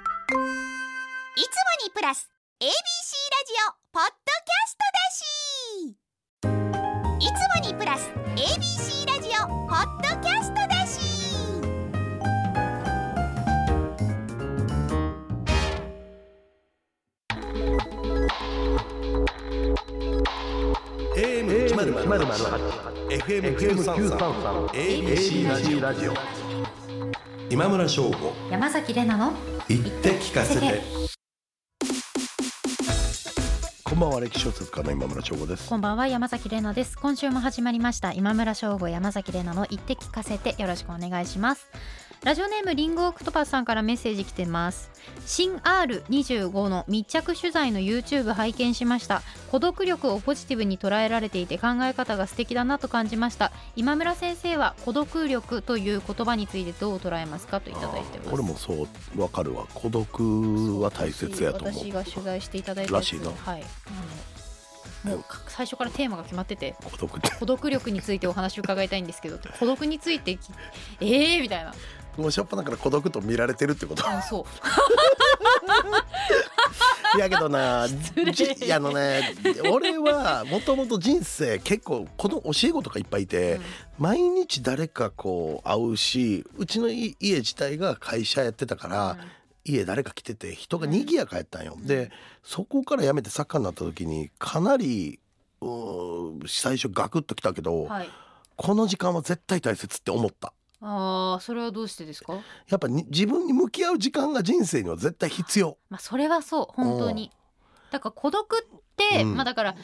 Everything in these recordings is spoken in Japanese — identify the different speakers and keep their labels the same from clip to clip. Speaker 1: いつもにプラス ABC ラジオポッドキャストだしいつもにプラス ABC ラジオポッドキャストだし
Speaker 2: ー FM 九三三 ABC ラジオラジオ今村翔吾
Speaker 3: 山崎れなの
Speaker 2: 言って聞かせてこんばんは歴史小説家の今村翔吾です
Speaker 3: こんばんは山崎れなです今週も始まりました今村翔吾山崎れなの言って聞かせてよろしくお願いしますラジオネームリンゴオクトパスさんからメッセージ来てます新 R25 の密着取材の YouTube 拝見しました孤独力をポジティブに捉えられていて考え方が素敵だなと感じました今村先生は孤独力という言葉についてどう捉えますかといただいてます
Speaker 2: 俺もそうわかるわ孤独は大切やと思う
Speaker 3: 私が取材していただいたやつ
Speaker 2: らしいな
Speaker 3: はいあのもうか最初からテーマが決まってて
Speaker 2: 孤独って
Speaker 3: 孤独力についてお話を伺いたいんですけど孤独についてきえーみたいな
Speaker 2: もうしょっぱなから孤独と見られてるってこと
Speaker 3: あそう
Speaker 2: いやけどな
Speaker 3: 礼
Speaker 2: じいやあのね俺はもともと人生結構この教え子とかいっぱいいて、毎日誰かこう会うしうちのい家自体が会社やってたから、家誰か来てて人が賑やかやったんよ、
Speaker 3: うん
Speaker 2: でそこから辞めてサッカーになった時にかなりうーん最初ガクッときたけど、
Speaker 3: うんはい
Speaker 2: この時間は絶対大切って思った
Speaker 3: ああそれはどうしてですか
Speaker 2: やっぱに自分に向き合う時間が人生には絶対必要
Speaker 3: まあそれはそう本当にだから孤独って、
Speaker 2: うん
Speaker 3: まあだから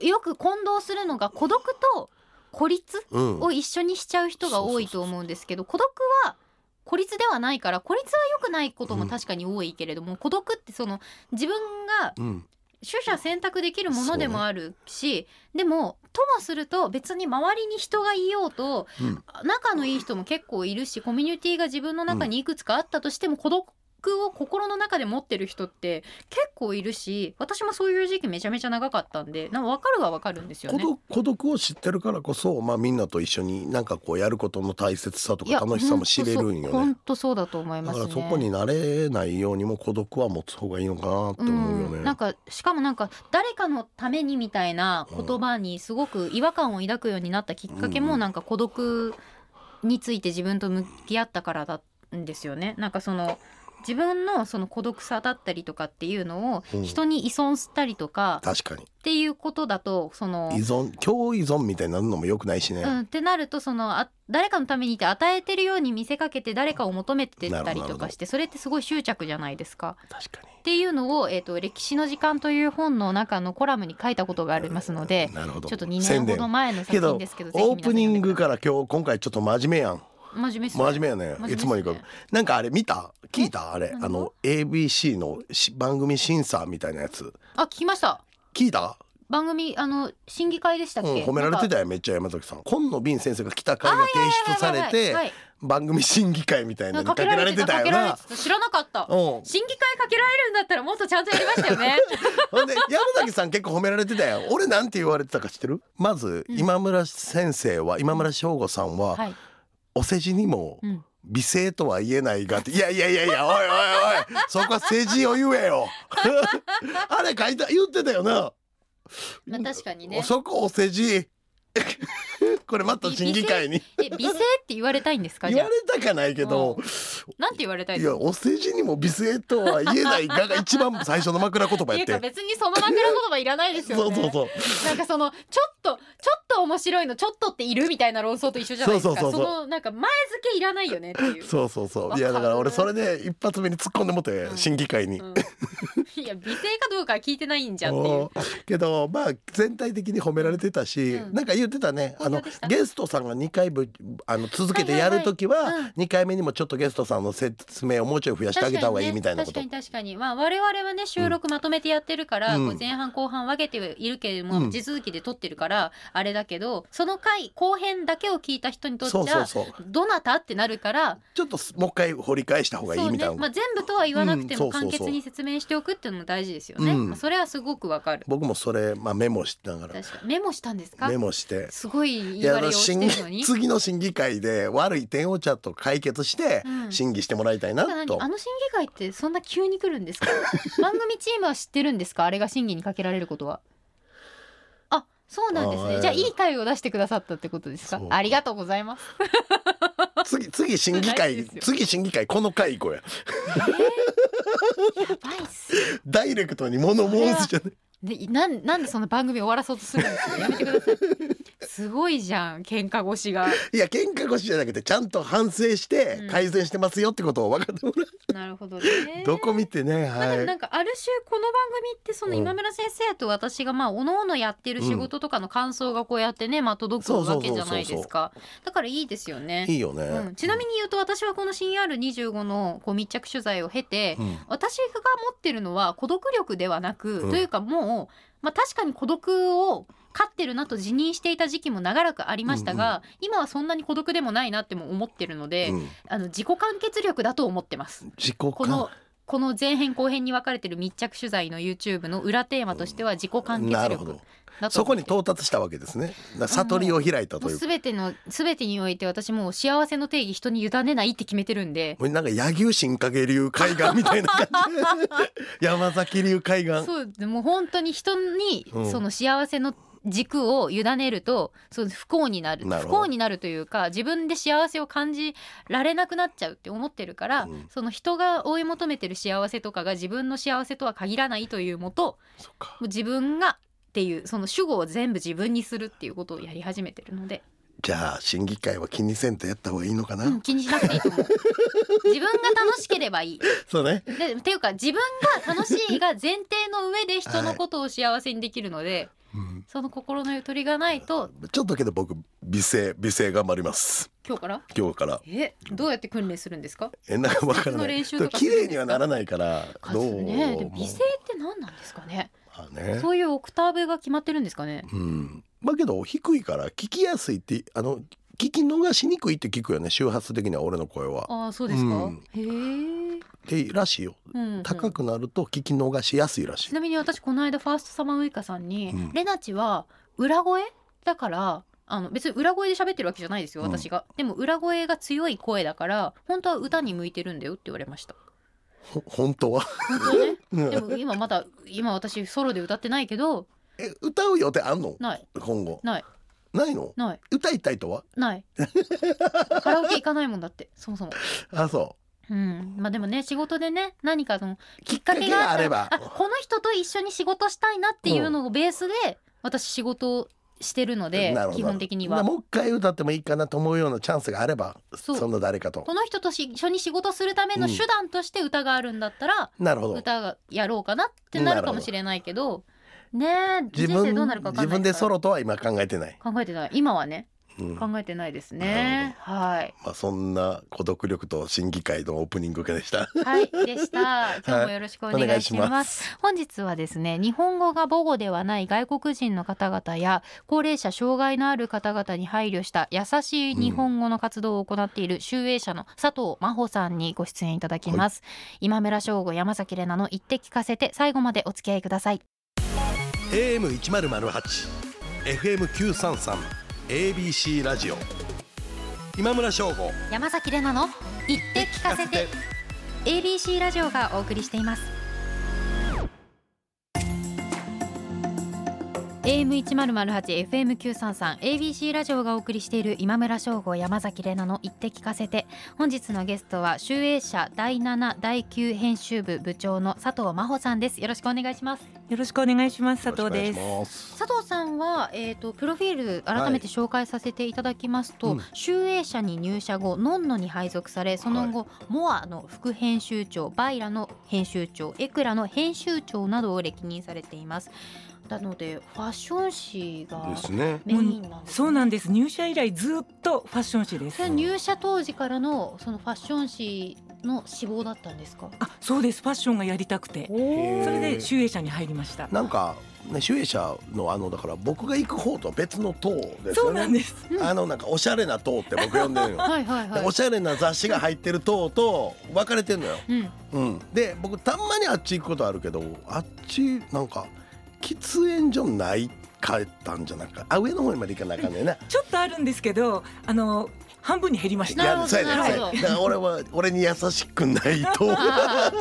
Speaker 3: よく混同するのが孤独と孤立
Speaker 2: うん
Speaker 3: を一緒にしちゃう人が多いと思うんですけど孤独は孤立ではないから孤立は良くないことも確かに多いけれども、孤独ってその自分が
Speaker 2: うん
Speaker 3: 取捨選択できるものでもあるし、でもともすると別に周りに人がいようと
Speaker 2: うん
Speaker 3: 仲のいい人も結構いるしコミュニティが自分の中にいくつかあったとしても孤独を心の中で持ってる人って結構いるし私もそういう時期めちゃめちゃ長かったんでなんか分かるは分かるんですよ
Speaker 2: 孤
Speaker 3: ね。
Speaker 2: 独孤独を知ってるからこそ、まあ、みんなと一緒になんかこうやることの大切さとか楽しさも知れるんよね
Speaker 3: 本当そうだと思い
Speaker 2: だ
Speaker 3: ま
Speaker 2: か
Speaker 3: す
Speaker 2: ら
Speaker 3: ね。
Speaker 2: そこに慣れないようにも孤独は持つ方がいいのかなって思うよね、
Speaker 3: ん、なんかしかもなんか誰かのためにみたいな言葉にすごく違和感を抱くようになったきっかけ
Speaker 2: うんう
Speaker 3: も
Speaker 2: ん
Speaker 3: なんか孤独について自分と向き合ったからなんですよね。なんかその自分のその孤独さだったりとかっていうのを
Speaker 2: うん
Speaker 3: 人に依存したりとか
Speaker 2: 確かに
Speaker 3: っていうことだとその
Speaker 2: 依存強依存みたいになるのも良くないしね、
Speaker 3: うん、ってなるとそのあ誰かのためにって与えてるように見せかけて誰かを求めてたりとかしてそれってすごい執着じゃないですか。
Speaker 2: 確かに
Speaker 3: っていうのを、えー、と歴史の時間という本の中のコラムに書いたことがありますので、
Speaker 2: なるほど
Speaker 3: ちょっと2年ほど前の作
Speaker 2: けど
Speaker 3: 品ですけど、
Speaker 2: オープニング
Speaker 3: ら
Speaker 2: から今日今回ちょっと真面目やん
Speaker 3: 真面目っすね
Speaker 2: 真面目やね
Speaker 3: 真面目っすね
Speaker 2: いつもにかなんかあれ見た聞いたあれ
Speaker 3: 何
Speaker 2: あの ABC のし番組審査みたいなやつ
Speaker 3: あ聞きました。
Speaker 2: 聞いた、
Speaker 3: 番組あの審議会でしたっ
Speaker 2: う
Speaker 3: け？
Speaker 2: ん、褒められてたよめっちゃ山崎さん今野敏先生が来た回が提出されて
Speaker 3: はい
Speaker 2: 番組審議会みたいな
Speaker 3: なん
Speaker 2: の
Speaker 3: か
Speaker 2: に
Speaker 3: か
Speaker 2: か
Speaker 3: け
Speaker 2: け
Speaker 3: ら
Speaker 2: ら
Speaker 3: れ
Speaker 2: れてた
Speaker 3: てた
Speaker 2: よ
Speaker 3: かけられ
Speaker 2: な
Speaker 3: てた知らなかった。
Speaker 2: うん
Speaker 3: 審議会かけられるんだったらもっとちゃんとやりました よね。
Speaker 2: ほんで山崎さん結構褒められてたよ俺なんて言われてたか知ってるまず
Speaker 3: うん
Speaker 2: 今村先生は今村翔吾さんは、
Speaker 3: はい。
Speaker 2: お世辞にも
Speaker 3: うん
Speaker 2: 美声とは言えないがって、いやいやいやいや、おいおいおい、そこは世辞を言え よ。あれ書いた、言ってたよな。
Speaker 3: まあ確かにね。
Speaker 2: そこお世辞。 これまた審議会に
Speaker 3: え美声って言われたいんですか？
Speaker 2: 言
Speaker 3: じゃ
Speaker 2: われたかないけど、
Speaker 3: あなんて言われたい
Speaker 2: い
Speaker 3: で
Speaker 2: や、
Speaker 3: すか？
Speaker 2: お世辞にも美声とは言えないがが一番最初の枕言葉
Speaker 3: ってい
Speaker 2: やっ
Speaker 3: うか
Speaker 2: て。
Speaker 3: 別にその枕言葉いらないですよね。
Speaker 2: そうそうそう。
Speaker 3: なんかそのちょっとちょっと面白いのちょっとっているみたいな論争と一緒じゃないですか
Speaker 2: そう
Speaker 3: そ
Speaker 2: そうそうそう
Speaker 3: のなんか前付けいらないよねっていう。
Speaker 2: そうそうそう。
Speaker 3: わかる
Speaker 2: いや、だから俺それで一発目に突っ込んでもって
Speaker 3: う、ん
Speaker 2: 審議会に
Speaker 3: う。んいや美声かどうかは聞いてないんじゃんっていう
Speaker 2: おーけどまあ全体的に褒められてたし、
Speaker 3: うん
Speaker 2: なんか言ってたねあ
Speaker 3: 好評
Speaker 2: の
Speaker 3: でした
Speaker 2: ゲストさんが2回ぶあの続けてやるとき
Speaker 3: はいはいはいう
Speaker 2: は
Speaker 3: ん
Speaker 2: 2回目にもちょっとゲストさんの説明をもうちょい増やしてあげた方がいいみたいなこと、
Speaker 3: 確かに確かに、まあ、我々はね収録まとめてやってるから、
Speaker 2: うん
Speaker 3: こう前半後半分けてはいるけれども、
Speaker 2: うん
Speaker 3: 地続きで撮ってるからあれだけどその回後編だけを聞いた人にとっちゃ
Speaker 2: そうそうそう
Speaker 3: どなたってなるから
Speaker 2: ちょっとすもう一回掘り返した方がいいみたいな
Speaker 3: そうねまあ、全部とは言わなくて
Speaker 2: う
Speaker 3: も
Speaker 2: んそうそ
Speaker 3: 簡
Speaker 2: うそう
Speaker 3: 潔に説明しておくっっていうのも大事ですよね、
Speaker 2: うん
Speaker 3: まあそれはすごくわかる
Speaker 2: 僕もそれ、まあ、メモしながら
Speaker 3: 確かにメモしたんですか
Speaker 2: メモして
Speaker 3: すごい言
Speaker 2: い
Speaker 3: い
Speaker 2: やあ
Speaker 3: 割れ
Speaker 2: の
Speaker 3: をして
Speaker 2: 審
Speaker 3: る
Speaker 2: 議
Speaker 3: のに
Speaker 2: 次の審議会で悪い点をちゃんと解決して
Speaker 3: うん
Speaker 2: 審議してもらいたい
Speaker 3: なんか
Speaker 2: な
Speaker 3: 何
Speaker 2: と、
Speaker 3: あの審議会ってそんな急に来るんですか番組チームは知ってるんですかあれが審議にかけられることはあそうなんです
Speaker 2: あ
Speaker 3: ね
Speaker 2: ー
Speaker 3: じゃあいい回を出してくださったってことですか
Speaker 2: そう
Speaker 3: ありがとうございます
Speaker 2: 次次審議
Speaker 3: 大事
Speaker 2: 会
Speaker 3: ですよ
Speaker 2: 次審議会この会行こうや
Speaker 3: やばいっすよ
Speaker 2: ダイレクトに物申すじゃない
Speaker 3: でなんなんでそんな番組終わらそうとするんですかやめてくださいすごいじゃん喧嘩腰が
Speaker 2: いや喧嘩腰じゃなくてちゃんと反省して
Speaker 3: うん
Speaker 2: 改善してますよってことを分かってもらう、
Speaker 3: なるほどね
Speaker 2: どこ見てね
Speaker 3: まあ、で
Speaker 2: は
Speaker 3: も
Speaker 2: い
Speaker 3: なんかある種この番組ってその
Speaker 2: うん
Speaker 3: 今村先生と私がまあおのおのやってる仕事とかの感想がこうやってねまあ届く
Speaker 2: そうそうそ
Speaker 3: わ
Speaker 2: う
Speaker 3: け
Speaker 2: そう
Speaker 3: じゃないですかだからいいですよね
Speaker 2: いいよね、
Speaker 3: うん、ちなみに言うと私はこの CR25 のこう密着取材を経て、
Speaker 2: うん
Speaker 3: 私が持ってるのは孤独力ではなく、
Speaker 2: うん
Speaker 3: というかもう、まあ、確かに孤独を飼ってるなと自認していた時期も長らくありましたが、今はそんなに孤独でもないなっても思ってるので、
Speaker 2: うん
Speaker 3: あの自己完結力だと思ってます。
Speaker 2: 自己完
Speaker 3: このこの前編後編に分かれてる密着取材の YouTube の裏テーマとしては自己完結
Speaker 2: なるほ
Speaker 3: 力
Speaker 2: ど
Speaker 3: だと
Speaker 2: そ
Speaker 3: 思
Speaker 2: こ
Speaker 3: う
Speaker 2: に到達したわけですねだから悟りを開いた
Speaker 3: も
Speaker 2: と
Speaker 3: う
Speaker 2: いうか
Speaker 3: 全ての全てにおいて私もう幸せの定義人に委ねないって決めてるんで
Speaker 2: もうなんか柳生新影流海岸みたいな感 じ山崎流海岸
Speaker 3: そうでもう本当に人に
Speaker 2: うん
Speaker 3: その幸せの軸を委ねるとその不幸になる
Speaker 2: なる
Speaker 3: 不
Speaker 2: ほど
Speaker 3: 幸になるというか自分で幸せを感じられなくなっちゃうって思ってるから、
Speaker 2: うん
Speaker 3: その人が追い求めてる幸せとかが自分の幸せとは限らないというもと
Speaker 2: そっか
Speaker 3: もう自分がっていうその主語を全部自分にするっていうことをやり始めてるので、
Speaker 2: じゃあ審議会は気にせんとやった方がいいのかな、
Speaker 3: うん、気にしなくていいと 思う自分が楽しければいい
Speaker 2: そうね
Speaker 3: でっていうか自分が楽しいが前提の上で人のことを幸せにできるので、
Speaker 2: うん
Speaker 3: その心のゆとりがないと
Speaker 2: ちょっとけど僕美声美声頑張ります
Speaker 3: 今日から
Speaker 2: 今日から
Speaker 3: えどうやって訓練するんですか
Speaker 2: えなんかわからな
Speaker 3: 滑舌の練
Speaker 2: い
Speaker 3: 習とか
Speaker 2: 綺麗にはならないからどう
Speaker 3: ねでも
Speaker 2: も
Speaker 3: 美声って何なんですかね
Speaker 2: まあね
Speaker 3: そういうオクターブが決まってるんですかね
Speaker 2: うんまあけど低いから聞きやすいってあの聞き逃しにくいって聞くよね周波数的には俺の声は
Speaker 3: ああそうですか、
Speaker 2: うん
Speaker 3: へえ、うん
Speaker 2: でらしいよ
Speaker 3: うん
Speaker 2: 高くなると聞き逃しやすいらしい
Speaker 3: ちなみに私この間ファーストサマーウイカさんに、
Speaker 2: うん
Speaker 3: レナチは裏声だからあの別に裏声で喋ってるわけじゃないですよ
Speaker 2: うん
Speaker 3: 私が、でも裏声が強い声だから本当は歌に向いてるんだよって言われました
Speaker 2: ほ本当は
Speaker 3: 本当はね
Speaker 2: うん
Speaker 3: でも今まだ今私ソロで歌ってないけど
Speaker 2: え歌う予定あんの
Speaker 3: ない
Speaker 2: 今後
Speaker 3: ない
Speaker 2: ないの
Speaker 3: ない
Speaker 2: 歌いたいとは
Speaker 3: ない カラオケ行かないもんだってそもそも
Speaker 2: あそ
Speaker 3: うんまあでもね仕事でね何かそのきっかけがあった
Speaker 2: きっ
Speaker 3: ら
Speaker 2: かけがあれば
Speaker 3: この人と一緒に仕事したいなっていうのをベースで私仕事をしてるの
Speaker 2: う
Speaker 3: で
Speaker 2: なるほど
Speaker 3: 基本的に
Speaker 2: な
Speaker 3: は
Speaker 2: もう一回歌ってもいいかなと思うようなチャンスがあれば
Speaker 3: そ
Speaker 2: そうの誰かと
Speaker 3: この人とし一緒に仕事するための
Speaker 2: うん
Speaker 3: 手段として歌があるんだったら、
Speaker 2: なるほど
Speaker 3: 歌がやろうかなってなるかもしれないけどねえ人
Speaker 2: 自
Speaker 3: 生
Speaker 2: 分
Speaker 3: どうなるか分か
Speaker 2: 自
Speaker 3: んない
Speaker 2: 分でソ
Speaker 3: から
Speaker 2: ロとは今考えてない、
Speaker 3: 考えてない今はね
Speaker 2: うん
Speaker 3: 考えてないですね、はい
Speaker 2: まあ、そんな孤独力と審議会のオープニングでした。
Speaker 3: はい でした今日もよろしくお願いし
Speaker 2: お願
Speaker 3: ま
Speaker 2: いしますす
Speaker 3: 本日はですね日本語が母語ではない外国人の方々や高齢者障害のある方々に配慮した優しい日本語の活動を行っている集英社の佐藤真帆さんにご出演いただきます、今村翔吾山崎怜奈の言って聞かせて最後までお付き合いください
Speaker 2: AM 一ゼロゼロ八、FM 九三三、ABC ラジオ。今村翔吾。
Speaker 3: 山崎怜奈の言って聞かせて ABC ラジオがお送りしています AM1008 FM933 ABC ラジオがお送りしている今村翔吾山崎玲奈の言って聞かせて本日のゲストは集英社第7第9編集部部長の佐藤真帆さんですよろしくお願いします
Speaker 4: よろしくお願いします佐藤です。
Speaker 2: す。
Speaker 3: 佐藤さんは、えー、とプロフィール改めて紹介させていただきますと、
Speaker 2: うん
Speaker 3: 集英社に入社後ノンノに配属されその後、モアの副編集長バイラの編集長エクラの編集長などを歴任されていますなのでファッション誌が
Speaker 2: ですね。
Speaker 3: メインなんですね
Speaker 4: そうなんです。入社以来ずっとファッション誌です
Speaker 3: それ。は入社当時からのそのファッション誌の志望だったんですか
Speaker 4: あ、そうです。ファッションがやりたくて、
Speaker 2: ー
Speaker 4: それで集英社に入りました。
Speaker 2: なんかね、集英社のあのだから僕が行く方とは別の塔です
Speaker 4: そ
Speaker 2: よ
Speaker 4: うな
Speaker 2: ね
Speaker 4: んです。
Speaker 3: うん
Speaker 2: あのなんかおしゃれな塔って僕呼んでるのよ、
Speaker 3: はいはいはい
Speaker 2: でおしゃれな雑誌が入ってる塔と分かれてんのよ、
Speaker 3: うん
Speaker 2: うん、で僕たんまにあっち行くことあるけどあっちなんか喫煙所ない帰ったんじゃなくてあ上の方にまで行かなあかんねんな
Speaker 4: ちょっとあるんですけど、あの半分に減りまし
Speaker 2: い
Speaker 4: た。
Speaker 3: なるほ
Speaker 2: やそう
Speaker 3: ど
Speaker 2: やねん
Speaker 3: な
Speaker 2: そう
Speaker 3: るほ
Speaker 2: やねんだから俺は
Speaker 3: ど
Speaker 2: 俺に優しくないと
Speaker 3: あ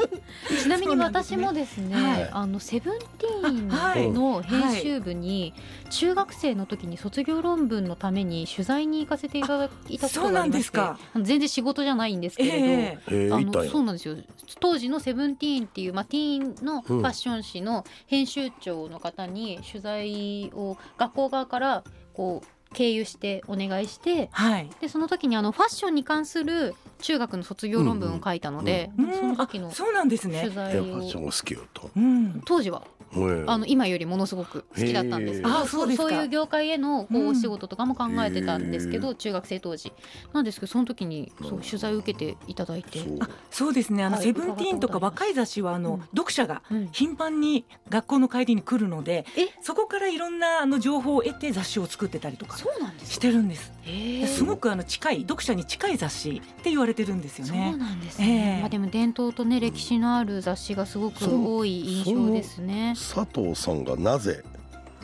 Speaker 3: ーちなみに私もですね
Speaker 4: そうなん
Speaker 2: ですねはい
Speaker 3: あのセブンティ
Speaker 4: あは
Speaker 3: ー
Speaker 4: い
Speaker 3: ンの編集部に中学生の時に卒業論文のために取材に行かせていただいたことがありまして
Speaker 4: そうなんです
Speaker 3: 全然仕事じゃないんですけれど、
Speaker 4: ええ
Speaker 2: えー、
Speaker 3: あ
Speaker 2: 行ったん
Speaker 3: の
Speaker 2: や
Speaker 3: そうなんですよ当時の「セブンティーンっていう、まあ、ティーンのフ
Speaker 2: うん
Speaker 3: ァッション誌の編集長の方に取材を学校側からこう経由してお願いして
Speaker 4: はい。
Speaker 3: でその時にあのファッションに関する中学の卒業論文を書いたので、
Speaker 4: うん
Speaker 3: その時の
Speaker 4: あそうなんです
Speaker 3: 取
Speaker 4: ね。
Speaker 2: い
Speaker 3: 材
Speaker 2: やファッション
Speaker 3: を
Speaker 2: が好きよと、
Speaker 4: うん。
Speaker 3: 当時は
Speaker 2: うん
Speaker 3: あの今よりものすごく好きだったんですけど
Speaker 2: へー
Speaker 4: あそうです
Speaker 3: そ
Speaker 4: か
Speaker 3: ういう業界へのこ
Speaker 4: う
Speaker 3: うんお仕事とかも考えてたんですけど、
Speaker 2: へ
Speaker 3: 中学生当時なんですけどその時にそう取材を受けていただいて。
Speaker 2: そう
Speaker 4: そうですね。あの、
Speaker 3: はい
Speaker 4: セブンティーンとか
Speaker 3: 伺ったことあ
Speaker 4: 若い雑誌はあの、
Speaker 3: うん
Speaker 4: 読者が
Speaker 3: うん
Speaker 4: 頻繁に学校の帰りに来るので
Speaker 3: え、
Speaker 4: そこからいろんなあの情報を得て雑誌を作ってたりとか
Speaker 3: そうなんです
Speaker 4: し
Speaker 3: か
Speaker 4: てるんです。
Speaker 3: へー
Speaker 4: すごくあの近い読者に近い雑誌って言われてるんですよ
Speaker 3: そう
Speaker 4: ね。
Speaker 3: なんですね、
Speaker 4: ええ
Speaker 3: まあでも伝統とね歴史のある雑誌がすごく多い印象ですね。
Speaker 2: 佐藤さんがなぜ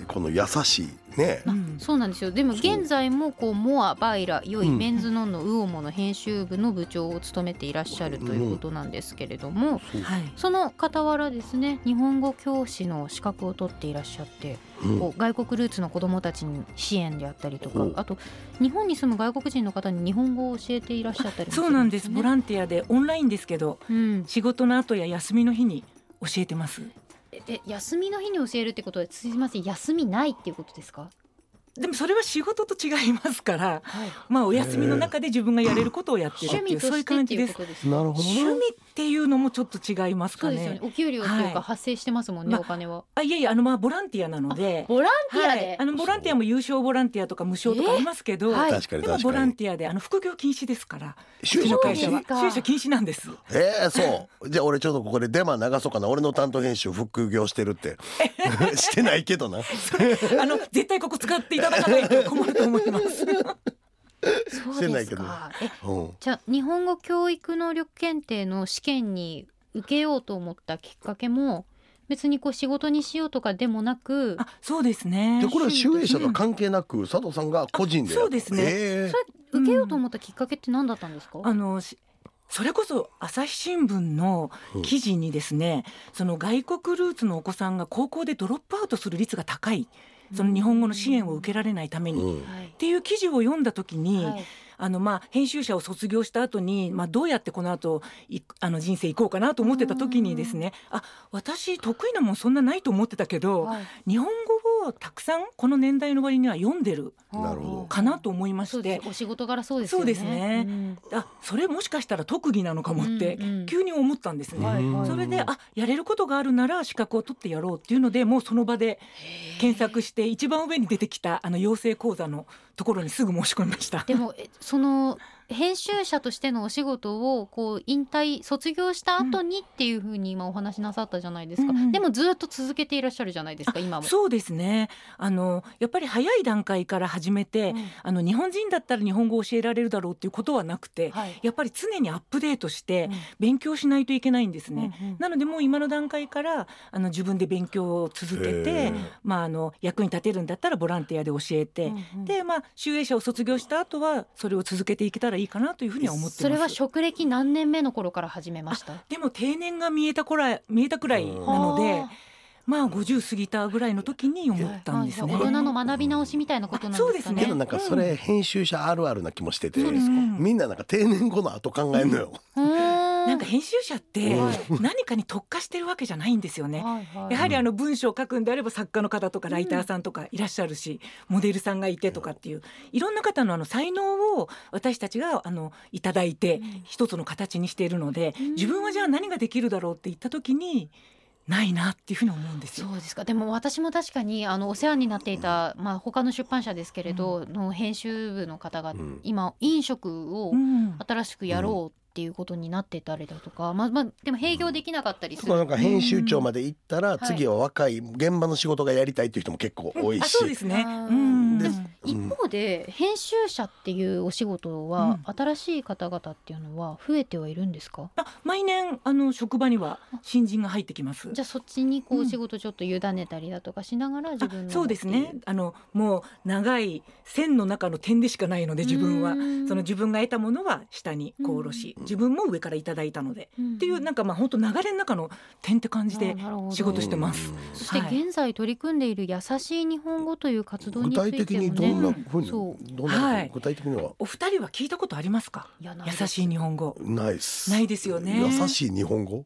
Speaker 2: この優しいね
Speaker 4: う
Speaker 3: あ
Speaker 4: ん
Speaker 3: そうなんですよでも
Speaker 2: そう
Speaker 3: 現在もこうモアバイラ良い
Speaker 2: うん
Speaker 3: メンズノンのウオモの編集部の部長を務めていらっしゃるということなんですけれども
Speaker 2: そう
Speaker 4: はい。
Speaker 3: その傍らですね日本語教師の資格を取っていらっしゃって
Speaker 2: うん
Speaker 3: こう外国ルーツの子どもたちに支援であったりと
Speaker 2: ほ
Speaker 3: か
Speaker 2: う
Speaker 3: あと日本に住む外国人の方に日本語を教えていらっしゃったりも
Speaker 4: そうなんです。
Speaker 3: ね
Speaker 4: ボランティアでオンラインですけど、
Speaker 3: うん、
Speaker 4: 仕事の後や休みの日に教えてます。
Speaker 3: ええ休みの日に教えるってことはすみません休みないっていうことですか
Speaker 4: でもそれは仕事と違いますから、
Speaker 3: はい、
Speaker 4: まあお休みの中で自分がやれることをやってるっ
Speaker 3: 趣
Speaker 4: てい
Speaker 3: 味と
Speaker 4: うそういう
Speaker 3: してっ
Speaker 4: 感
Speaker 3: て
Speaker 4: じ
Speaker 3: い
Speaker 4: で
Speaker 3: う
Speaker 4: す
Speaker 3: こ。とですか。
Speaker 2: なるほ
Speaker 4: 趣
Speaker 2: どな
Speaker 4: 味っていうのもちょっと違います
Speaker 3: そ
Speaker 4: か
Speaker 3: うですよ
Speaker 4: ね
Speaker 3: ね。。お給料という
Speaker 4: は
Speaker 3: か
Speaker 4: い
Speaker 3: 発生してますもんね、
Speaker 4: まあ
Speaker 3: お金は。
Speaker 4: あいやいやあのまあボランティアなので、
Speaker 3: ボランティア
Speaker 4: はい
Speaker 3: で
Speaker 4: あ。のボランティアも有償ボランティアとか無償とかありますけど、
Speaker 3: えーはい
Speaker 2: 確かに
Speaker 4: でも
Speaker 2: 確
Speaker 4: ボラ
Speaker 2: か
Speaker 4: ン
Speaker 2: に
Speaker 4: ティアであの副業禁止ですから、
Speaker 2: 就
Speaker 4: うちの
Speaker 2: 職
Speaker 4: 会社
Speaker 3: そう
Speaker 4: は
Speaker 3: ですか
Speaker 4: 就職禁止なんです。
Speaker 2: ええそうじゃあ俺ちょっとここでデマ流そうかな俺の担当編集副業してるって してないけどな
Speaker 4: あの絶対ここ使っていただかないと困ると思います。
Speaker 3: そ
Speaker 2: し
Speaker 3: う
Speaker 2: てな
Speaker 3: で
Speaker 2: い
Speaker 3: す
Speaker 2: けど
Speaker 3: か。え、
Speaker 2: うん
Speaker 3: じゃあ日本語教育能力検定の試験に受けようと思ったきっかけも別にこう仕事にしようとかでもなく、
Speaker 4: あそうですね
Speaker 2: じゃあ。これは集英社とは関係なく佐藤さんが個人でやった
Speaker 4: そうですね
Speaker 2: え
Speaker 3: 受けようと思ったきっかけって何だったんですか。
Speaker 4: あのしそれこそ朝日新聞の記事にですね、その外国ルーツのお子さんが高校でドロップアウトする率が高いその日本語の支援を受けられないため
Speaker 2: え
Speaker 4: に、っ
Speaker 2: うん
Speaker 3: はい
Speaker 4: ていう記事を読んだ時に、
Speaker 3: はい
Speaker 4: あのまあ編集者を卒業した後にまあどうやってこの後いあの人生行こうかなと思ってた時にですねあ私得意なもんそんなないと思ってたけど
Speaker 3: はい
Speaker 4: 日本語をたくさんこの年代の割には読んでる
Speaker 2: なるほど
Speaker 4: かなと思いま
Speaker 3: そ
Speaker 4: し
Speaker 3: うで
Speaker 4: て
Speaker 3: す。お仕事柄そうですよね。
Speaker 4: そうですね
Speaker 3: うん
Speaker 4: あそれもしかしたら特技なのかもって
Speaker 3: うんうん
Speaker 4: 急に思ったんですね。
Speaker 3: はいはい
Speaker 4: それであやれることがあるなら資格を取ってやろうっていうのでもうその場で検索して一番上に出てきたあの養成講座のところにすぐ申し込みました。
Speaker 3: でもえその編集者としてのお仕事をこう引退卒業した後にっていうふうに今お話しなさったじゃないですか、
Speaker 4: うんうん
Speaker 3: でもずっと続けていらっしゃるじゃないですか今も。
Speaker 4: そうですねあのやっぱり早い段階から始めて、
Speaker 3: うん
Speaker 4: あの日本人だったら日本語を教えられるだろうっていうことはなくて、
Speaker 3: はい
Speaker 4: やっぱり常にアップデートして
Speaker 3: うん
Speaker 4: 勉強しないといけないんですね。
Speaker 3: うんうん
Speaker 4: なのでもう今の段階からあの自分で勉強を続けて、
Speaker 2: へえ
Speaker 4: まあ、あの役に立てるんだったらボランティアで教えて、
Speaker 3: うんうん
Speaker 4: でまあ集英社を卒業した後はそれを続けていけたらいいかなというふうには思ってます。
Speaker 3: それは職歴何年目の頃から始めました
Speaker 4: でも定年が見えたこら見えたくらいなので、まあ50過ぎたぐらいの時に思ったんですね。
Speaker 3: あー大人の学び直しみたいなことなんですか
Speaker 4: あそうです
Speaker 3: ね。
Speaker 4: ね
Speaker 2: けどなんかそれ編集者あるあるな気もしてて
Speaker 3: そうですか
Speaker 4: うん
Speaker 2: みんななんか定年後の後考えんのよ
Speaker 3: うーん
Speaker 4: なんか編集者って
Speaker 2: うん
Speaker 4: 何かに特化してるわけじゃないんですよね。
Speaker 3: はいはい
Speaker 4: やはりあの文章を書くんであれば作家の方とかライターさんとかいらっしゃるし、モデルさんがいてとかっていういろんな方のあの才能を私たちがあのいただいて
Speaker 3: うん
Speaker 4: 一つの形にしているので、
Speaker 3: うん
Speaker 4: 自分はじゃあ何ができるだろうって言った時にないなっていうふうに思うんです
Speaker 3: そ
Speaker 4: よ。
Speaker 3: うですかでも私も確かにあのお世話になっていた、まあ、他の出版社ですけれど、の編集部の方が
Speaker 2: うん
Speaker 3: 今飲食を
Speaker 4: うん
Speaker 3: 新しくやろうっっていうことになってたりだとか、まあまあでも営業できなかったりす
Speaker 2: そ
Speaker 3: る。
Speaker 2: のなんか編集長まで行ったら、
Speaker 3: ん
Speaker 2: 次は若い現場の仕事がやりたいという人も結構多い
Speaker 4: あ
Speaker 2: し、
Speaker 4: そうですね
Speaker 3: あー
Speaker 4: うん
Speaker 3: で
Speaker 4: で
Speaker 3: も一方で編集者っていうお仕事は、新しい方々っていうのは増えてはいるんですか
Speaker 4: あ毎年あの職場には新人が入ってきます
Speaker 3: じゃあそっちにこ
Speaker 4: う
Speaker 3: うん仕事ちょっと委ねたりだとかしながら自
Speaker 4: あ
Speaker 3: 分の
Speaker 4: そうです
Speaker 3: っ
Speaker 4: ね
Speaker 3: ていう
Speaker 4: あのもう長い線の中の点でしかないので自分は
Speaker 3: うん
Speaker 4: その自分が得たものは下にこう下ろし
Speaker 2: うん
Speaker 4: 自分も上からいただいたので
Speaker 3: うん
Speaker 4: っていうなんかまあ本当流れの中の点って感じで
Speaker 3: あーなるほど
Speaker 4: 仕事してます
Speaker 3: そして
Speaker 4: はい
Speaker 3: 現在取り組んでいる優しい日本語という活動
Speaker 2: 具
Speaker 3: につ
Speaker 2: 体
Speaker 3: い
Speaker 2: 的
Speaker 3: て
Speaker 2: に
Speaker 3: も
Speaker 2: どん
Speaker 3: ね
Speaker 2: なふうに、
Speaker 3: そ
Speaker 2: どんなふうに、
Speaker 4: はい
Speaker 2: 具体的には
Speaker 4: お二人は聞いたことありますか
Speaker 3: いやないです
Speaker 4: 優しい日本語
Speaker 2: ないです。
Speaker 4: ないですよね
Speaker 2: 優しい日本語。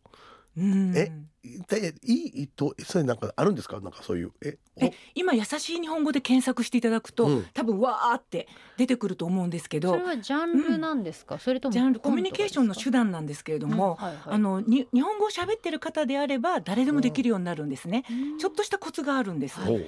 Speaker 4: うん
Speaker 2: えでいいとそれなんかあるんですかなんかそういうえお
Speaker 4: え今優しい日本語で検索していただくと、
Speaker 2: うん
Speaker 4: 多分わーって出てくると思うんですけ
Speaker 3: そ
Speaker 4: ど
Speaker 3: れはジャンルなんですか、それとも
Speaker 4: ジャンルコミュニケーションの手
Speaker 3: 段
Speaker 4: 段なんですけれども、
Speaker 3: はいはい
Speaker 4: あのに日本語を喋ってる方であれば誰でもできるようになるんですね、
Speaker 3: うん
Speaker 4: ちょっとしたコツがあるんです、
Speaker 2: おう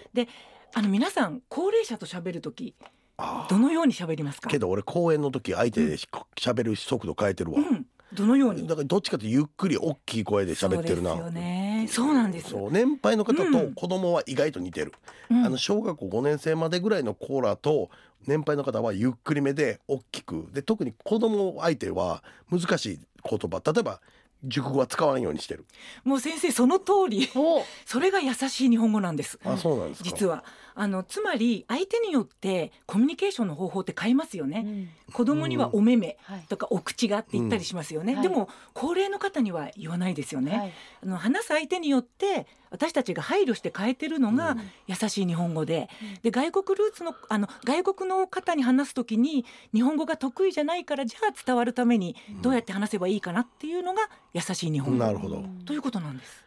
Speaker 4: あの皆さん高齢者と喋るとき
Speaker 2: あ
Speaker 4: どのように喋りますか
Speaker 2: けど俺公演の時相手でし喋る速度変えてるわ
Speaker 4: う。ん、どのように
Speaker 2: だからどっちかというとゆっくり大きい声で喋ってるな。
Speaker 4: そうですよねそうなんです
Speaker 2: そう年配の方
Speaker 4: う
Speaker 2: と
Speaker 4: ん
Speaker 2: 子供は意外と似てる、
Speaker 4: うん
Speaker 2: あの小学校5年生までぐらいのコーラと年配の方はゆっくりめで大きくで特に子供相手は難しい言葉例えば熟語は使わんようにしてる
Speaker 4: もう先生その通り
Speaker 3: お
Speaker 4: それが優しい日本語なんです
Speaker 2: あそうなんですか
Speaker 4: 実はあのつまり相手によってコミュニケーションの方法って変えますよね、子供にはお目目
Speaker 3: はい
Speaker 4: とかお口がって言ったりしますよね、
Speaker 3: うん
Speaker 4: でも高齢の方には言わないですよね、
Speaker 3: はい
Speaker 4: あの話す相手によって私たちが配慮して変えてるの
Speaker 2: う
Speaker 4: が
Speaker 2: ん
Speaker 4: 優しい日本語で,、
Speaker 3: うん
Speaker 4: で外国ルーツのあの外国の方に話すときに日本語が得意じゃないからじゃあ伝わるためにどうやって話せばいいかなっていうのが優しい日本語
Speaker 2: なるほど
Speaker 3: うん
Speaker 4: ということなんです。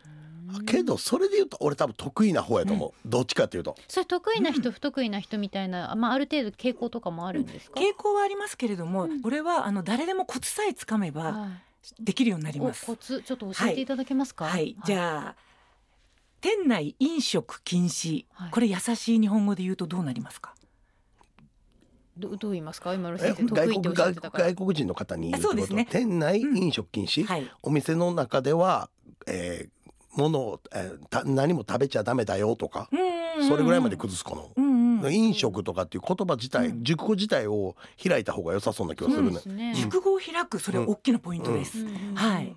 Speaker 2: けどそれで言うと俺多分得意な方やと思う、どっちかっていうと
Speaker 3: それ得意な人、不得意な人みたいな、まあ、ある程度傾向とかもあるんですか
Speaker 4: 傾向はありますけれども、
Speaker 3: うん
Speaker 4: これはあの誰でもコツさえつかめば
Speaker 3: はい
Speaker 4: できるようになり
Speaker 3: お
Speaker 4: ます。
Speaker 3: コツちょっと教えていただけますか
Speaker 4: はい、じ
Speaker 3: あ
Speaker 4: ゃあ店内飲食禁止、
Speaker 3: はい
Speaker 4: これ優しい日本語で言うとどうなりますか
Speaker 3: どどう言いますか今の
Speaker 2: え
Speaker 3: 先生得
Speaker 2: 外
Speaker 3: 意ってお
Speaker 2: 国外
Speaker 3: っしゃってたから
Speaker 2: 外国人の方に言うって
Speaker 4: あそう
Speaker 2: こ
Speaker 4: で
Speaker 2: と、
Speaker 4: すね
Speaker 2: 店内飲食禁止、
Speaker 4: はい、
Speaker 2: お店の中では、えー、物を、えーた何も食べちゃダメだよとか、それぐらいまで崩すかな、
Speaker 4: うんうん、
Speaker 2: 飲食とかっていう言葉自体、
Speaker 4: うん
Speaker 2: 熟語自体を開いた方が良さそうな気がするね。
Speaker 3: そうですね
Speaker 4: 熟語を開くそれは大きなポイントです。
Speaker 3: うんうんうんうん
Speaker 4: はい。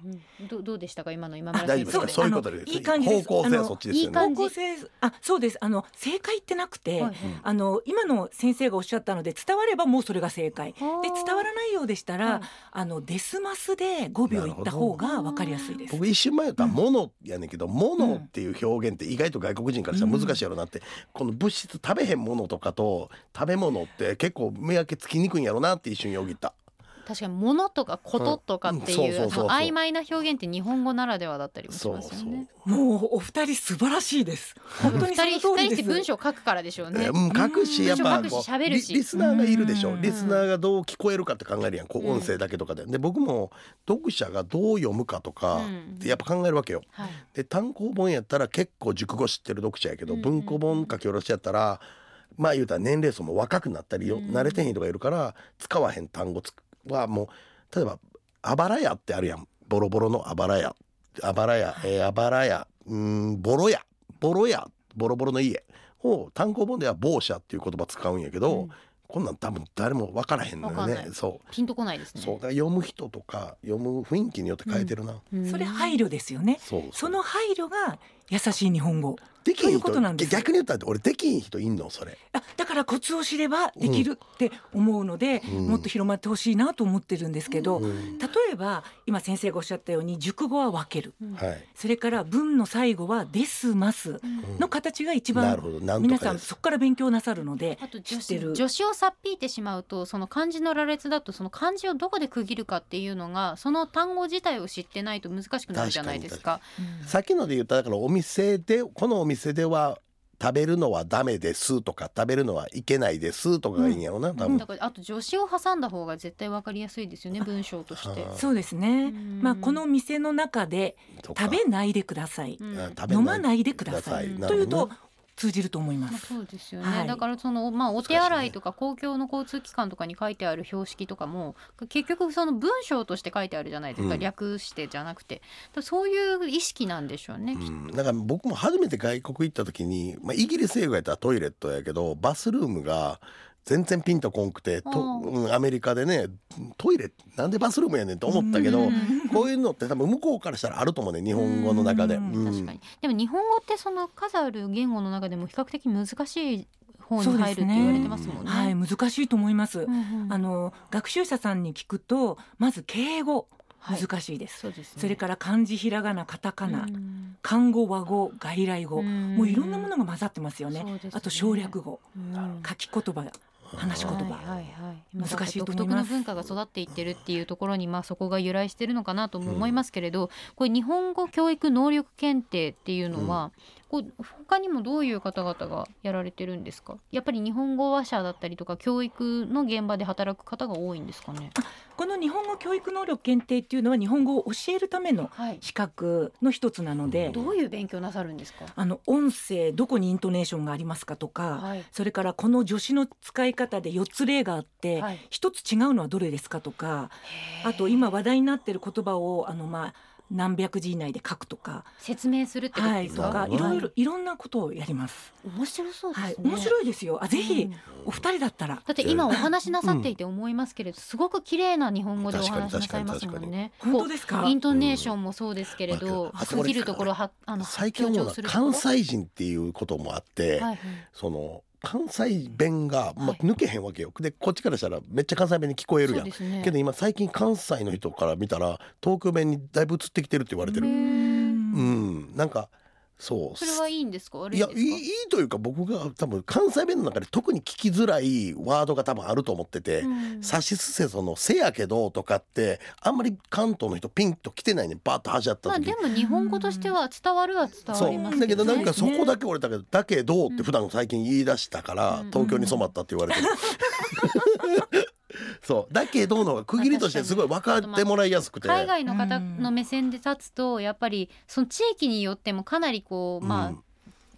Speaker 3: どどうでしたか今の今
Speaker 4: あ
Speaker 3: 村
Speaker 2: 大
Speaker 3: 先
Speaker 2: 丈夫です
Speaker 3: 生。
Speaker 4: そう
Speaker 2: か
Speaker 4: です
Speaker 2: そういうことで
Speaker 4: あのいい感じです
Speaker 2: 方向性は
Speaker 4: あの
Speaker 2: そっちですよ
Speaker 3: いい
Speaker 2: ね。
Speaker 3: 感じ
Speaker 4: 方向性あそうですあの正解ってなくて、
Speaker 3: はい
Speaker 2: うん
Speaker 4: あの今の先生がおっしゃったので伝わればもうそれが正解。で伝わらないようでしたら、
Speaker 3: はい
Speaker 4: あのデスマスで5秒いった方がわかりやすいです。
Speaker 2: 僕一瞬迷ったら「もの」やねんけど「もの」っていう表現って意外と外国人からしたら難しいやろなって、この物質食べへんものとかと食べ物って結構目分けつきにくいんやろなって一瞬よぎった。
Speaker 3: 確かに物とかこととかって
Speaker 2: うん
Speaker 3: い
Speaker 2: うん
Speaker 3: う
Speaker 2: そうそうそうそう
Speaker 3: あの曖昧な表現って日本語ならではだったりもし
Speaker 2: そう
Speaker 3: ます
Speaker 2: そ
Speaker 3: よ
Speaker 2: う。
Speaker 3: ね。
Speaker 4: もうお二人素晴らしいです。本当
Speaker 3: 二
Speaker 4: に
Speaker 3: 人二
Speaker 4: その通り
Speaker 3: 人し
Speaker 4: です。
Speaker 3: て文章を書くからでしょう
Speaker 2: え
Speaker 3: ね
Speaker 2: ー。うん、書くしやっぱ
Speaker 3: 書くし
Speaker 2: こう
Speaker 3: 喋る
Speaker 2: リ
Speaker 3: し
Speaker 2: リスナーがいるでしょ
Speaker 4: うん
Speaker 2: リスナーがどう聞こえるかって考えるやんこう
Speaker 3: うん
Speaker 2: 音声だけとかでで僕も読者がどう読むかとか
Speaker 3: うん
Speaker 2: ってやっぱ考えるわけよ。
Speaker 3: はい。
Speaker 2: で単行本やったら結構熟語知ってる読者やけど、
Speaker 3: うんう
Speaker 2: 文
Speaker 3: ん
Speaker 2: 庫本書き下ろしやったらまあ言うたら年齢層も若くなったりよ、
Speaker 3: うん
Speaker 2: 慣れてへん人がいるから使わへん単語つはもう例えば「あばらや」ってあるやんボロボロのあばらやあばらや、えーあばらやうーんボロやボロやボロボロの家を単行本では「某社」っていう言葉使うんやけど、
Speaker 3: うん
Speaker 2: こんなん多分誰も分からへんのよ
Speaker 3: わかんな
Speaker 2: ね
Speaker 3: い
Speaker 2: そ
Speaker 3: ピンとこないです
Speaker 2: う
Speaker 3: ね。
Speaker 2: そうだから読む人とか読む雰囲気によって変えてるな、
Speaker 3: うん
Speaker 4: それ配慮ですよね。
Speaker 2: そう
Speaker 4: その配慮が優しい日本語。
Speaker 2: できひ
Speaker 4: とい
Speaker 2: ん
Speaker 4: うこ
Speaker 2: 人
Speaker 4: となんです
Speaker 2: 逆に言ったら俺できひん人いんのそれ
Speaker 4: あだからコツを知ればできるって思うので、
Speaker 2: うん
Speaker 4: もっと広まってほしいなと思ってるんですけど、
Speaker 2: うん
Speaker 4: 例えば今先生がおっしゃったように熟語は分ける
Speaker 3: うん
Speaker 2: はい
Speaker 4: それから文の最後は「ですます」の形が一
Speaker 2: なる
Speaker 4: 番
Speaker 2: ほどなんと
Speaker 4: 皆
Speaker 2: か
Speaker 4: さ
Speaker 2: で
Speaker 4: ん
Speaker 2: す
Speaker 4: そこから勉強なさるので
Speaker 3: あと
Speaker 4: 知
Speaker 3: 助
Speaker 4: って
Speaker 3: 詞
Speaker 4: る
Speaker 3: 助詞をさっぴいてしまうとその漢字の羅列だとその漢字をどこで区切るかっていうのがその単語自体を知ってないと難しくなるじゃないですか。
Speaker 2: さっきので言っただからお店でこのお店では食べるのはダメですとか食べるのはいけないですとかがいいんやろな、多
Speaker 4: う
Speaker 2: 分
Speaker 3: だからあと助詞を挟んだ方が絶対わかりやすいですよね文章として。
Speaker 2: あ
Speaker 4: そうですね、
Speaker 3: うん
Speaker 4: まあ、この店の中で
Speaker 2: とか
Speaker 4: 食べないでください、
Speaker 3: うん
Speaker 2: あ食べ
Speaker 4: 飲まないでください
Speaker 2: く
Speaker 3: うん
Speaker 2: な
Speaker 4: とい
Speaker 2: る
Speaker 4: う
Speaker 2: ほど
Speaker 4: と
Speaker 2: ね
Speaker 4: 通じると思いま
Speaker 3: まあ、
Speaker 4: す。
Speaker 3: そうですよね、
Speaker 4: はい
Speaker 3: だからその、まあ、お手洗いとか公共の交通機関とかに書いてある標識とかも結局その文章として書いてあるじゃないですか、
Speaker 2: うん
Speaker 3: 略してじゃなくてだからそういう意識なんでしょうね、きっ
Speaker 2: う
Speaker 3: と
Speaker 2: ん、だから僕も初めて外国行った時に、まあ、イギリス英語やったらトイレットやけどバスルームが全然ピンとこんくてと、
Speaker 3: うん
Speaker 2: うんアメリカでねトイレなんでバスルームやねんと思ったけど、
Speaker 3: うん
Speaker 2: こういうのって多分向こうからしたらあると思うね日本語の中で。
Speaker 4: うん
Speaker 2: うん
Speaker 3: 確かにでも日本語ってその数ある言語の中でも比較的難しい方に入るって言われてますもんね。
Speaker 4: はい、難しいと思います。
Speaker 3: うんうん
Speaker 4: あの学習者さんに聞くとまず敬語
Speaker 3: はい
Speaker 4: 難しいです、
Speaker 3: そうですね
Speaker 4: それから漢字ひらがなカタカ
Speaker 3: う
Speaker 4: ナ、
Speaker 3: ん
Speaker 4: 漢語和語外来語、
Speaker 3: ん
Speaker 4: もういろんなものが混ざってますよね
Speaker 3: そうですね
Speaker 4: あと省略語
Speaker 3: うん
Speaker 4: 書き言葉話し言葉、
Speaker 3: はいはいはい、
Speaker 4: 難しいと思います
Speaker 3: 独特の文化が育っていってるっていうところに、まあ、そこが由来してるのかなとも思いますけれど、これ日本語教育能力検定っていうのは、こう他にもどういう方々がやられてるんですかやっぱり日本語話者だったりとか教育の現場で働く方が多いんですかね。
Speaker 4: この日本語教育能力検定っていうのは日本語を教えるための
Speaker 3: はい、
Speaker 4: 資格の一つなので、
Speaker 3: どういう勉強なさるんですか、
Speaker 4: あの音声どこにイントネーションがありますかとか、
Speaker 3: はい
Speaker 4: それからこの助詞の使い方で4つ例があって、
Speaker 3: はい
Speaker 4: 一つ違うのはどれですかとかあと今話題になってる言葉をあのまあ何百字以内で書くとか、
Speaker 3: 説明するってこと
Speaker 4: は
Speaker 3: で
Speaker 4: い、
Speaker 3: す
Speaker 4: と
Speaker 3: か、
Speaker 2: な
Speaker 4: か
Speaker 2: るほ
Speaker 4: い
Speaker 2: ど
Speaker 4: ろ
Speaker 2: ね
Speaker 4: いろいろんなことをやります。
Speaker 3: 面白そうです
Speaker 4: は
Speaker 3: ね
Speaker 4: い、。面白いですよ。あ、ぜひ
Speaker 3: うん
Speaker 4: お二人だったら
Speaker 3: だって今お話しなさっていて思いますけれど、すごく綺麗な日本語でお話しなさいますもんね。
Speaker 4: 本
Speaker 3: こ
Speaker 4: 当
Speaker 3: う
Speaker 4: ですか
Speaker 3: イ？ントネーションもそうですけれど、
Speaker 2: うん
Speaker 3: 区切るところはあの
Speaker 2: 最近思うのは関西人っていうこともあって、
Speaker 3: はいはい
Speaker 2: その関西弁が、ま
Speaker 3: は
Speaker 2: あ、
Speaker 3: い
Speaker 2: 抜けへんわけよ。でこっちからしたらめっちゃ関西弁に聞こえる
Speaker 3: そ
Speaker 2: や。
Speaker 3: うんですね。
Speaker 2: けど今最近関西の人から見たら東京弁にだいぶ移ってきてるって言われて
Speaker 3: う
Speaker 2: る。う
Speaker 3: ん
Speaker 2: ん、なんかそう。
Speaker 3: それはいいんですか悪い
Speaker 2: い
Speaker 3: んで
Speaker 2: や
Speaker 3: すか。
Speaker 2: いいいいというか僕が多分関西弁の中で特に聞きづらいワードが多分あると思ってて
Speaker 3: う
Speaker 2: 「
Speaker 3: ん
Speaker 2: さしすせそのせやけど」とかってあんまり関東の人ピンと来てないねバーッと始まった
Speaker 3: まあ
Speaker 2: 時、
Speaker 3: でも日本語としては伝わるは伝わ
Speaker 2: そ
Speaker 3: りま
Speaker 2: う
Speaker 3: す
Speaker 2: だ
Speaker 3: け
Speaker 2: けど
Speaker 3: ど
Speaker 2: な
Speaker 3: ね。
Speaker 2: んかそこだけ俺だけど「だけど」っ
Speaker 3: うん
Speaker 2: て普段最近言い出したから、
Speaker 3: うん
Speaker 2: 東京に染まったって言われてる。 そうだけどの方が区切りとしてすごい分かってもらいやすくて
Speaker 3: 海外の方の目線で立つとやっぱりその地域によってもかなりこうまあ
Speaker 2: うん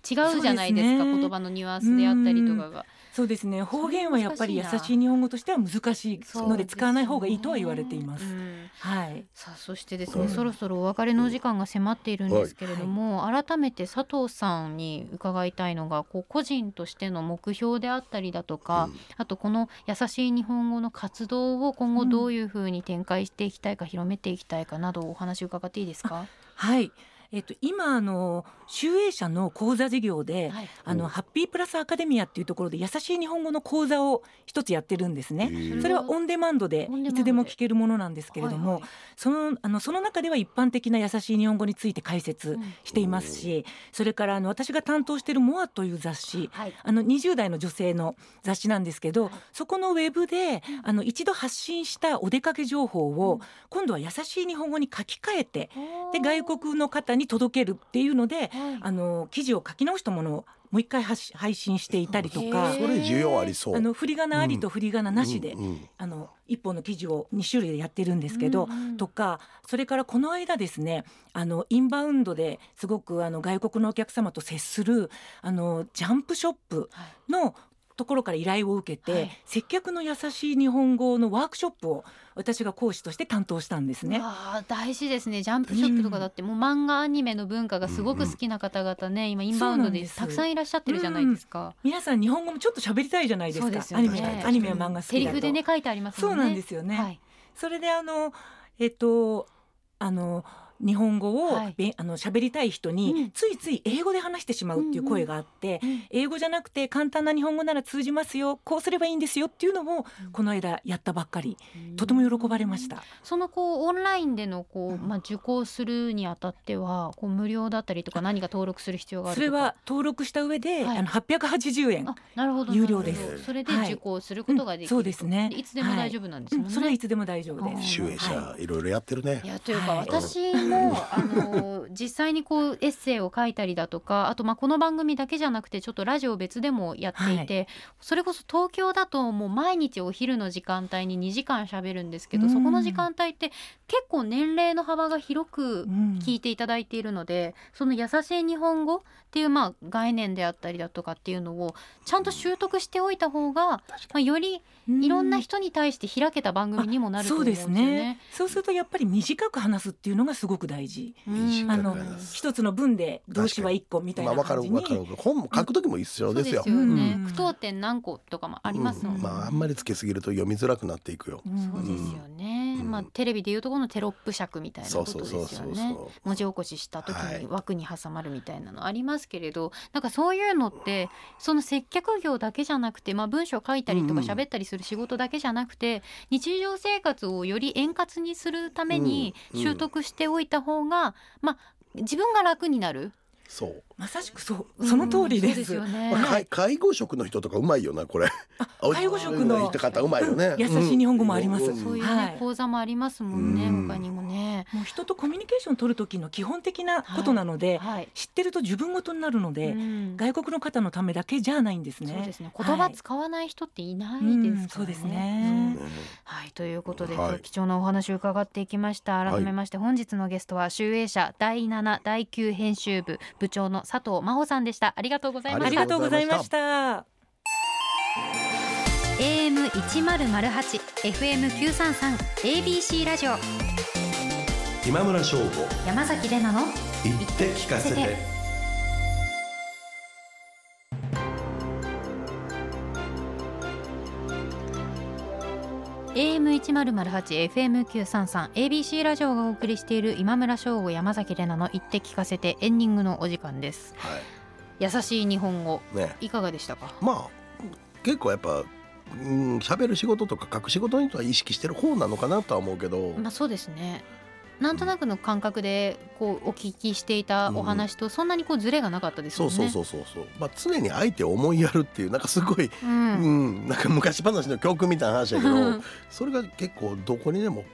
Speaker 3: 違うじゃないですか
Speaker 4: そうですね
Speaker 3: 言葉のニュアンスであったりとかが。
Speaker 4: そうですね。方言はやっぱり優
Speaker 3: 難しいな
Speaker 4: しい日本語としては難しい
Speaker 3: そう
Speaker 4: ので使わない方がいいとは言われています
Speaker 3: う。ん
Speaker 4: はい。
Speaker 3: さあそしてですね、
Speaker 2: はい
Speaker 3: そろそろお別れのお時間が迫っているんですけれども、改めて佐藤さんに伺いたいのがこう個人としての目標であったりだとか、
Speaker 2: うん
Speaker 3: あとこの「優しい日本語」の活動を今後
Speaker 4: うん
Speaker 3: どういうふうに展開していきたいか、広めていきたいかなどお話伺っていいですか、
Speaker 4: はい。えっと今あの集英社の講座事業で、
Speaker 3: はい、
Speaker 4: あ
Speaker 2: うん
Speaker 4: のハッピープラスアカデミアっていうところで優しい日本語の講座を一つやってるんですね。
Speaker 2: へえ
Speaker 4: それはオンデマンドで
Speaker 3: オンデマンドで
Speaker 4: いつでも聞けるものなんですけれども、
Speaker 3: はいは
Speaker 4: そのあのその中では一般的な優しい日本語について解説
Speaker 3: うん
Speaker 4: していますし、それからあの私が担当しているモアという雑誌。
Speaker 3: はい
Speaker 4: あの20代の女性の雑誌なんですけど、そこのウェブであの一度発信したお出かけ情報
Speaker 3: うん
Speaker 4: を今度は優しい日本語に書き換えてで外国の方に届けるっていうの
Speaker 3: は
Speaker 4: で
Speaker 3: い
Speaker 4: あの記事を書き直したものをもう一回発し配信していたりとか
Speaker 3: へー
Speaker 2: それ需要ありそう。
Speaker 4: あの振り仮名ありと振り仮名なしで、
Speaker 2: うんうん
Speaker 4: あの一本の記事を2種類でやってるんですけど、
Speaker 3: うんうん
Speaker 4: とかそれからこの間ですねあのインバウンドですごくあの外国のお客様と接するあのジャンプショップ
Speaker 3: はい
Speaker 4: のところから依頼を受けて、
Speaker 3: はい
Speaker 4: 接客の優しい日本語のワークショップを私が講師として担当したんですね。
Speaker 3: ああ大事ですねジャンプショップとかだってもう漫画アニメの文化がすごく好きな方々ね今インバウンドで
Speaker 4: そうなんです
Speaker 3: たくさんいらっしゃってるじゃないですか。
Speaker 4: 皆さん日本語もちょっと喋りたいじゃないです
Speaker 3: そう
Speaker 4: か。
Speaker 3: ですよ
Speaker 4: ア
Speaker 3: ね
Speaker 4: ニメ
Speaker 2: 確かに
Speaker 4: アニメや漫画好きだと。
Speaker 3: セリフでね書いてあります
Speaker 4: そ
Speaker 3: も
Speaker 4: うん
Speaker 3: ね。
Speaker 4: なんですよね。
Speaker 3: はい。
Speaker 4: それであのえっとあの日本語を、
Speaker 3: はい
Speaker 4: べあの喋りたい人
Speaker 3: うん
Speaker 4: についつい英語で話してしまうっていう声があって、英語じゃなくて簡単な日本語なら通じますよこうすればいいんですよっていうのも
Speaker 3: うん
Speaker 4: この間やったばっかりとても喜ばれまし。た。
Speaker 3: そのこうオンラインでのこうまあ受講するにあたってはこう無料だったりとか何か登録する必要があ
Speaker 4: そ
Speaker 3: る
Speaker 4: れ
Speaker 3: とか。
Speaker 4: は登録した上で、
Speaker 3: はい
Speaker 4: あの880円
Speaker 3: あなるほど
Speaker 4: 有料
Speaker 2: です
Speaker 3: なるほどそれで受講することができると、
Speaker 4: はいうんそうですね
Speaker 3: いつでも大丈夫なんです
Speaker 4: う
Speaker 3: もん
Speaker 4: ん
Speaker 3: ね。
Speaker 4: それはいつでも大丈夫で
Speaker 3: あー
Speaker 4: す。
Speaker 2: 集英社いろいろやってるね
Speaker 3: い。やというか
Speaker 4: はい
Speaker 3: 私も、あの実際にこうエッセイを書いたりだと かあとまあこの番組だけじゃなくてちょっとラジオ別でもやっていて、それこそ東京だともう毎日お昼の時間帯に2時間しゃべるんですけど、
Speaker 4: うん
Speaker 3: そこの時間帯って結構年齢の幅が広く
Speaker 4: うん
Speaker 3: 聞いていただいているので、その優しい日本語っていうまあ概念であったりだとかっていうのをちゃんと習得しておいた方が、まあ、よりいろんな人に対して開けた番組にもなると思うんですよね。
Speaker 4: そうするとやっぱり短く話すっていうのがすごく大事。
Speaker 3: うん
Speaker 2: 短
Speaker 4: あ
Speaker 2: く
Speaker 4: の
Speaker 2: 話す
Speaker 4: 一つの文で動詞は一個みたい
Speaker 2: まあ
Speaker 4: な
Speaker 2: わかる
Speaker 4: 感じに。
Speaker 2: わかる本も書く時も必要ですよ。
Speaker 3: そうですよね。
Speaker 4: うん
Speaker 3: 句読点何個とかもありますもん
Speaker 2: う
Speaker 3: ね。
Speaker 2: んまああんまりつけすぎると読みづらくなっていくよ。
Speaker 4: うん
Speaker 3: そうですよ
Speaker 2: う
Speaker 3: ね。
Speaker 2: ん
Speaker 3: まあテレビでいうとこのテロップ尺みたいな
Speaker 2: そ
Speaker 3: こ
Speaker 2: うそ
Speaker 3: と
Speaker 2: う
Speaker 3: で
Speaker 2: そう
Speaker 3: すよ
Speaker 2: そう
Speaker 3: ね。
Speaker 2: そ
Speaker 3: 文字起こしした時
Speaker 2: はい
Speaker 3: に枠に挟まるみたいなのありますけれど、なんかそういうのってその接客業だけじゃなくて、まあ文章書いたりと
Speaker 2: うん
Speaker 3: か
Speaker 2: うん
Speaker 3: 喋ったりする仕事だけじゃなくて、日常生活をより円滑にするために
Speaker 2: うんうん
Speaker 3: 習得しておいた方が、まあ自分が楽になる。
Speaker 2: そう。
Speaker 4: まさしくそうその通りで
Speaker 3: うん
Speaker 4: す。
Speaker 3: そうですよね。
Speaker 2: 介介護職の人とかうまいよなこれ。
Speaker 4: あ介護職
Speaker 2: 言
Speaker 4: の
Speaker 2: い方うまいよね。
Speaker 4: 優しい日本語もあります
Speaker 2: うん
Speaker 3: そういうね、
Speaker 4: はい
Speaker 3: 講座もありますもんね、
Speaker 2: うん
Speaker 3: 他にもね。
Speaker 4: もう人とコミュニケーション取る時の基本的なことなので、
Speaker 3: はい。
Speaker 4: 知ってると自分事になるので、
Speaker 3: うん
Speaker 4: 外国の方のためだけじゃないんですね。
Speaker 3: そうですね。言葉使わない人っていないですからね。
Speaker 4: うんそうですね
Speaker 3: うんはい、ということで、
Speaker 2: はい
Speaker 3: 今日貴重なお話を伺っていきました。
Speaker 2: い
Speaker 3: 改めまして、本日のゲストは集英社第7第9編集部部長の佐藤真帆さんでした。ありがとうございま
Speaker 4: あ
Speaker 3: し
Speaker 4: り
Speaker 3: た
Speaker 4: が。とうございました。
Speaker 3: AM 一ゼロゼロ八、FM 九三三、ABC ラジオ
Speaker 2: 今村翔吾
Speaker 3: 山崎れなの。
Speaker 2: 言って聞か
Speaker 3: せて。AM 一ゼロゼロ八、FM 九三三、ABC ラジオがお送りしている今村翔吾山崎れなの言って聞かせてエンディングのお時間です。
Speaker 2: は
Speaker 3: 優しい日本語
Speaker 2: い。ね。
Speaker 3: いかがでしたか。
Speaker 2: まあ結構やっぱ。うん、喋る仕事とか書く仕事にとは意識してる方なのかなとは思うけど、
Speaker 3: まあそうですね。なんとなくの感覚でこうお聞きしていたお話とそんなにこうズレがなかったです
Speaker 2: そ
Speaker 3: よ
Speaker 2: う
Speaker 3: ね。
Speaker 2: そうそうそうそう、まあ、常に相手を思いやるっていうなんかすごい、
Speaker 3: う
Speaker 2: うん
Speaker 3: ん。
Speaker 2: なんか昔話の教訓みたいな話やけど、
Speaker 3: うん
Speaker 2: それが結構どこにでも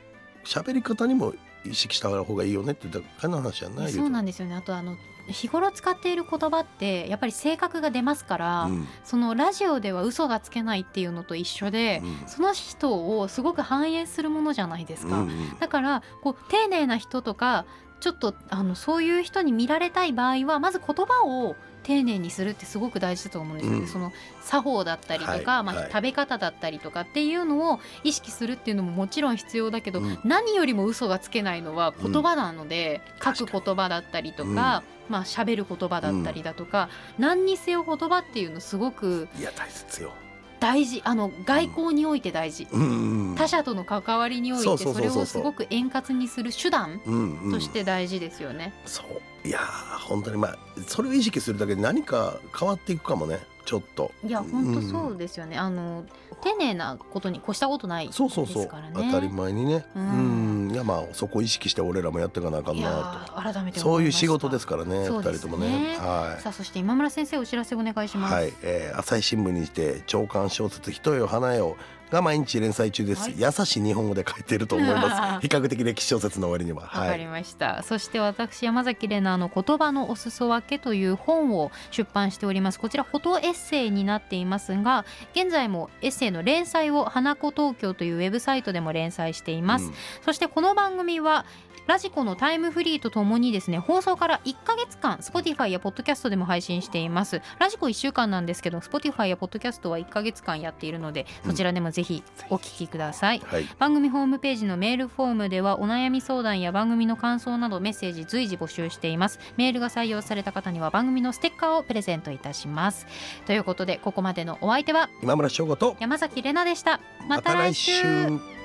Speaker 2: 喋り方にも意識した方がいいよねって言ったかの話じゃない
Speaker 3: そうなん
Speaker 2: で
Speaker 3: ですよね。あとあの日頃使っている言葉ってやっぱり性格が出ますから、
Speaker 2: うん
Speaker 3: そのラジオでは嘘がつけないっていうのと一緒で、その人をすごく反映するものじゃないです
Speaker 2: うん
Speaker 3: か。
Speaker 2: うんうん
Speaker 3: だからこう丁寧な人とかちょっとあのそういう人に見られたい場合はまず言葉を丁寧にするってすごく大事だと思うんですよね、
Speaker 2: うん
Speaker 3: その作法だったりとか、
Speaker 2: はい
Speaker 3: まあ
Speaker 2: はい
Speaker 3: 食べ方だったりとかっていうのを意識するっていうのももちろん必要だけど、
Speaker 2: うん
Speaker 3: 何よりも嘘がつけないのは言葉なので、書く言葉だったりとか、
Speaker 2: うん
Speaker 3: まあ喋る言葉だったりだとか、何にせよ言葉っていうのすごく
Speaker 2: いや大切よ、
Speaker 3: 大事あの外交において大事、
Speaker 2: うんうん、
Speaker 3: 他者との関わりにおい
Speaker 2: そ
Speaker 3: て
Speaker 2: うそう
Speaker 3: そ
Speaker 2: そう
Speaker 3: れ
Speaker 2: そうそう
Speaker 3: をすごく円滑にする手段
Speaker 2: うんうん
Speaker 3: として大事ですよね。
Speaker 2: そういやー本当にまあそれを意識するだけで何か変わっていくかもねちょっと
Speaker 3: いや本当そう
Speaker 2: で
Speaker 3: ですよね。あの丁寧なことに越したことないです
Speaker 2: そ
Speaker 3: か
Speaker 2: うそうそう、
Speaker 3: らね。
Speaker 2: 当たり前にね
Speaker 3: う
Speaker 2: うんんいやまあそこを意識して俺らもやっていかなあかん
Speaker 3: いや
Speaker 2: な
Speaker 3: ー改め
Speaker 2: と
Speaker 3: て。
Speaker 2: そういう仕事ですすからね
Speaker 3: そう
Speaker 2: 二
Speaker 3: です
Speaker 2: 人ともね
Speaker 3: ね
Speaker 2: はい
Speaker 3: さあそして今村先生お知らせお願いします。
Speaker 2: はい、えー朝日新聞にて長官小説「ひとよ花よ」が毎日連載中です、
Speaker 3: はい
Speaker 2: 優しい日本語で書いてると思い ます比較的歴史小説の終わりには
Speaker 3: わ
Speaker 2: は
Speaker 3: かりました、そして私山崎怜奈の言葉のお裾分けという本を出版しておりますこちらフォトエッセイになっていますが現在もエッセイの連載を花子東京というウェブサイトでも連載しています、
Speaker 2: うん
Speaker 3: そしてこの番組はラジコのタイムフリーとともにですね放送から1ヶ月間 Spotify や Podcast でも配信していますラジコ1週間なんですけど Spotify や Podcast は1ヶ月間やっているのでそちらでもぜひお聞きください、
Speaker 2: はい
Speaker 3: 番組ホームページのメールフォームではお悩み相談や番組の感想などメッセージ随時募集していますメールが採用された方には番組のステッカーをプレゼントいたしますということでここまでのお相手は
Speaker 2: 今村翔吾と
Speaker 3: 山崎れなでしたまた来週
Speaker 2: また来週